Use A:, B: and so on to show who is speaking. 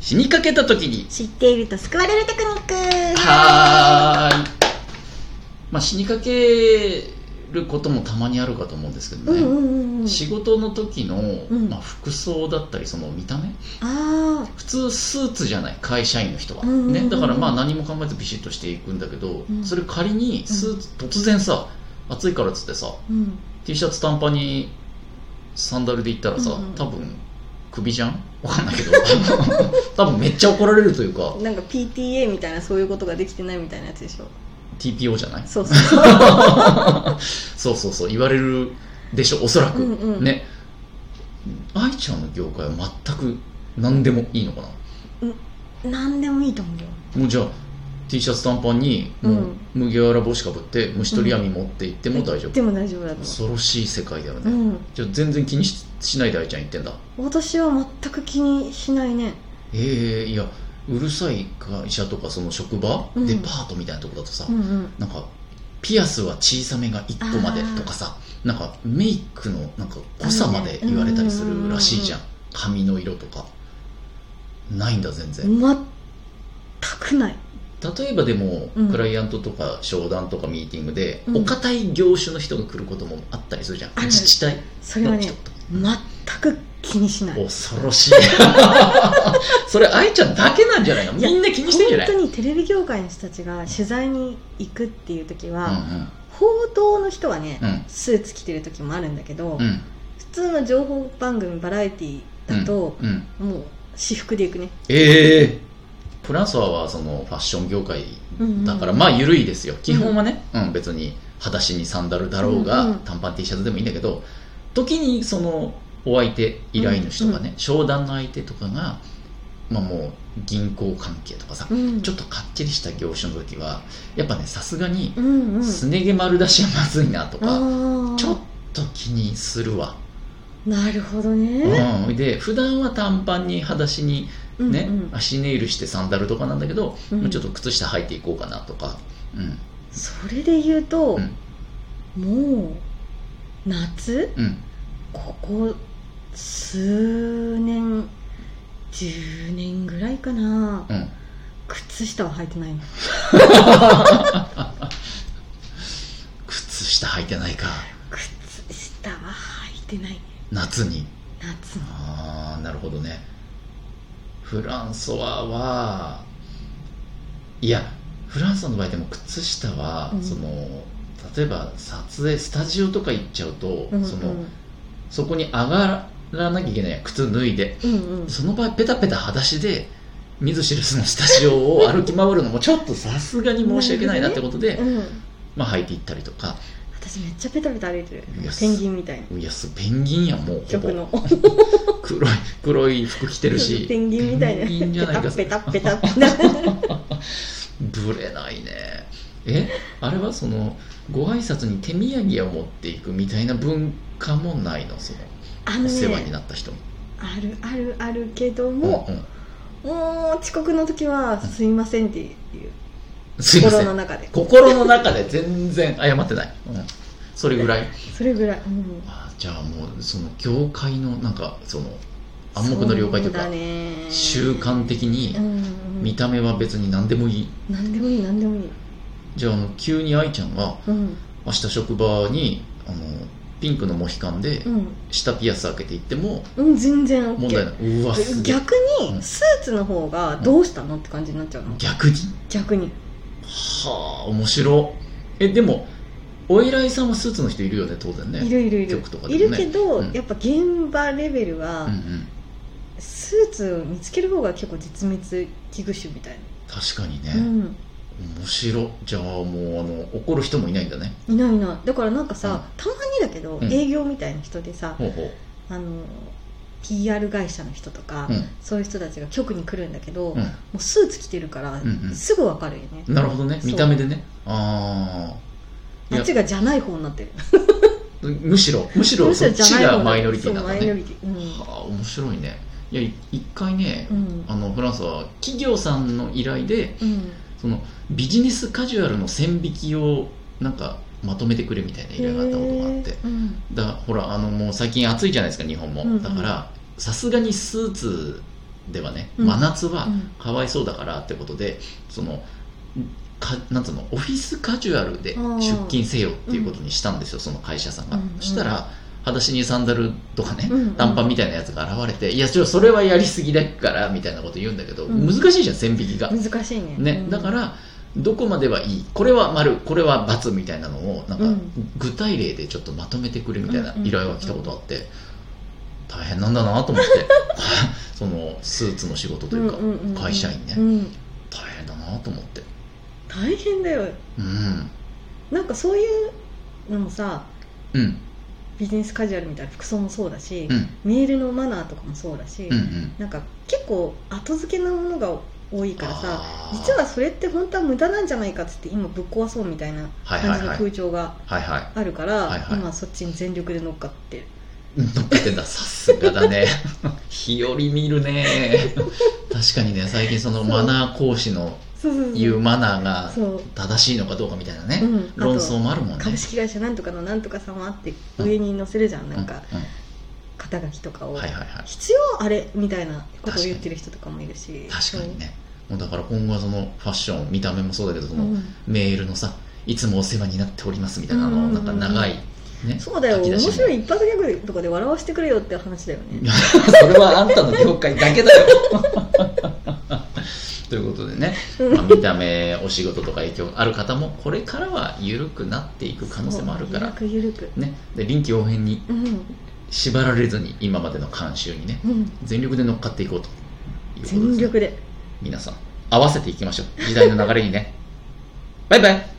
A: 死にかけた時に
B: 知っていると救われるテクニック
A: はーい、まあ、死にかけることもたまにあるかと思うんですけど
B: うん
A: ね、
B: うんうんうん
A: 仕事の時の、
B: ん
A: まあ、服装だったりその見た目
B: ああ
A: 普通スーツじゃない会社員の人は、
B: うんうんうん
A: ね、だからまあ何も考えずビシッとしていくんだけど、
B: うん
A: それ仮にスーツ突然さ暑いからっつってさ
B: うん
A: T シャツ短パンにサンダルで行ったらさ、
B: うんうん
A: 多分首じゃんわかんないけど 多分めっちゃ怒られるというか
B: なんか PTA みたいなそういうことができてないみたいなやつでしょ
A: TPO じゃない
B: そうそう
A: そうそうそう言われるでしょおそらく、
B: うんうん
A: ね愛ちゃんの業界は全く何でもいいのかな
B: 何でもいいと思うよ
A: もうじゃあ T シャツ短パンにもう麦わら帽子かぶって虫取り網持って行っても大丈夫、
B: でも大丈夫だと
A: 恐ろしい世界だよね、
B: 思ううん
A: じゃあ全然気にししないで愛ちゃん言ってんだ
B: 私は全く気にしないね
A: ええいやうるさい会社とかその職場、
B: うん
A: デパートみたいなとこだとさ、
B: うんうん
A: なんかピアスは小さめが1個までとかさなんかメイクのなんか濃さまで言われたりするらしいじゃん髪の色とかないんだ全然
B: 全くない
A: 例えばでも、
B: うん
A: クライアントとか商談とかミーティングで、
B: うん
A: お堅い業種の人が来ることもあったりするじゃん
B: ある
A: 自治体
B: それは
A: の
B: ね
A: 人とか、
B: 全く気にしない
A: 恐ろしい それ愛ちゃんだけなんじゃないの
B: いや
A: みんな気にしてんじゃ
B: 本
A: ない
B: 当にテレビ業界の人たちが取材に行くっていう時
A: う
B: は、
A: ん
B: 報道の人はね、
A: うん
B: スーツ着てる時もあるんだけど、
A: うんうん
B: 普通の情報番組バラエティだと、
A: うん
B: もう私服で行くね
A: ええフランソワはそのファッション業界だから、まあ緩いですよ基本はね、うん別に裸足にサンダルだろうが、
B: うんうん
A: 短パン T シャツでもいいんだけど時にそのお相手依頼主とかね、商談の相手とかが、まあ、もう銀行関係とかさ、
B: うん
A: ちょっとかっちりした業種の時はやっぱねさすがに
B: うんうん
A: すね毛丸出しはまずいなとか、
B: あー
A: ちょっと気にするわ、
B: なるほど
A: う
B: ね、
A: ん、で普段は短パンに裸足に
B: うん
A: ね、
B: うん
A: 足ネイルしてサンダルとかなんだけど、
B: うん
A: もうちょっと靴下履いていこうかなとか、うん
B: それで言うと、もう夏
A: うん、
B: ここ数年10年ぐらいかな、
A: うん
B: 靴下は履いてないの
A: 靴下履いてないか
B: 靴下は履いてないね
A: 夏に
B: 夏の
A: ああなるほどねフランソワはいやフランソワの場合でも靴下は、
B: うん
A: その例えば撮影スタジオとか行っちゃうと、
B: うんうん
A: そのそこに上がらなきゃいけないやん靴脱いで
B: うんうん
A: その場合ペタペタ裸足で見ず知らずのスタジオを歩き回るのもちょっとさすがに申し訳ないなってことで、
B: うん
A: まあ、履いていったりとか
B: 私めっちゃペタペタ歩いてる
A: いや
B: ペンギンみたいない
A: やすペンギンやんもうほ
B: 曲
A: ぼ
B: の
A: 黒い黒い服着て るし
B: ペンギンみたいな
A: ペンギンじゃないか
B: ペタペタペタペタ
A: ぶれないねえあれはそのご挨拶に手土産を持っていくみたいな文化もないのその
B: あの
A: お世話に
B: ね
A: なった人も、
B: あるあるあるけども
A: う、んうん
B: もう遅刻の時は「すいません」っていう
A: すいませ
B: 心の
A: ん
B: 中で
A: 心の中で全然謝ってない、うん、それぐらい
B: それぐらい、うん、
A: あじゃあもうその業界のなんかその暗黙の了解というか
B: そうだね
A: 習慣的
B: うん
A: に
B: うん
A: 見た目は別に何でもいい
B: 何でもいい何でもいい、
A: じゃああの急に愛ちゃんが
B: うん
A: 明日職場にあのピンクのモヒカンで
B: うん
A: 下ピアス開けていっても
B: うん、全然 OK
A: 問題ないうわすげえ
B: 逆
A: うん
B: にスーツの方がどうしたのって感じになっちゃうの
A: 逆に
B: 逆に
A: はあ面白いえでもお依頼さんはスーツの人いるよね当然ね
B: いるいるいる
A: 局とかで
B: い
A: も
B: る
A: ね
B: けど、
A: うん
B: やっぱ現場レベル
A: う
B: は
A: んうん
B: スーツを見つける方が結構絶滅危惧種みたい
A: 確かに
B: な、う
A: ね、
B: ん、
A: 面白いじゃあもうあの怒る人もいないんだね
B: いないいないだからなんかさ、たまにだけど、
A: うん
B: 営業みたいな人でさ、
A: ほうほ
B: あの PR 会社の人とか、
A: ううん
B: そういう人たちが局に来るんだけど、
A: うん
B: もうスーツ着てるから、
A: んうん
B: すぐわかるよね
A: なるほどね
B: そう
A: 見た目でねあい
B: あ
A: や
B: っちがじゃない方になってる
A: あむしろむしろそっちがマイノリティなんだ
B: そうマイノ
A: ね
B: リティうん
A: ああ面白いねいやい一回ね、
B: うん
A: あのフランスは企業さんの依頼で
B: うん
A: そのビジネスカジュアルの線引きをなんかまとめてくれみたいな依頼があったことがあって
B: へーうん
A: だほらあのもう最近暑いじゃないですか日本も、
B: うんうん
A: だからさすがにスーツではね、
B: うん
A: 真夏は
B: うん
A: かわいそうだからってことで、そのかなんつうのオフィスカジュアルで
B: あー
A: 出勤せよっていうことにしたんですよ、その会社さんが、
B: うんうん
A: そしたら裸足にサンダルとかね、
B: うんうん
A: 短パンみたいなやつが現れて「いやちょそれはやりすぎだから」みたいなこと言うんだけど、
B: うん
A: 難しいじゃん線引きが、
B: 難しいね
A: ね、だからどこまではいいこれは丸これは×みたいなのをなんか
B: うん
A: 具体例でちょっとまとめてくれみたいな
B: うんうん
A: 依頼が来たことあって大変なんだなと思って そのスーツの仕事というか
B: んんん
A: 会社員ね
B: うん
A: 大変だなと思って
B: 大変だよ
A: うん
B: なんかそういうのもさ
A: うん
B: ビジネスカジュアルみたいな服装もそうだし、
A: うん
B: メールのマナーとかもそうだし、
A: うんうん
B: なんか結構後付けのものが多いからさ
A: あー
B: 実はそれって本当は無駄なんじゃないかっつって今ぶっ壊そうみたいな
A: はいは
B: 感
A: い
B: じの
A: はい
B: 空調が
A: はいは
B: あるから、
A: はいはい
B: 今そっちに全力で乗っかってる
A: い乗っけてんださすがだね 日和見るね確かにね最近そのマナー講師の
B: そうそうそう
A: 言うマナーが
B: そう、
A: 正しいのかどうかみたいなね
B: うん、
A: 論
B: あ
A: 争もあるもん
B: と
A: ね
B: 株式会社なんとかのなんとか様って上に載せるじゃんなんか
A: うんうん
B: 肩書きとかを、
A: はいはいはい
B: 必要あれみたいなことを言ってる人とかもいるし
A: 確かにねもうだから今後はそのファッション見た目もそうだけどそ
B: そう,、
A: の
B: ん、
A: メールのさいつもお世話になっておりますみたいなあ
B: うん
A: の
B: うん
A: な
B: うんん
A: か長いね
B: そうだよ
A: 書き
B: 面
A: 出しも
B: 白い一発ギャグとかで笑わせてくれよって話だよ
A: い
B: ね
A: や それはあんたの業界だけだよ ということでね、まあ、見た目お仕事とか影響ある方もこれからは緩くなっていく可能性もあるから
B: そうゆるくゆる
A: ねで臨機応変に
B: くうん
A: 縛られずに今までの慣習にね
B: うん
A: 全力で乗っかっていこうということですね
B: 全力で
A: 皆さん合わせていきましょう時代の流れにねバイバイ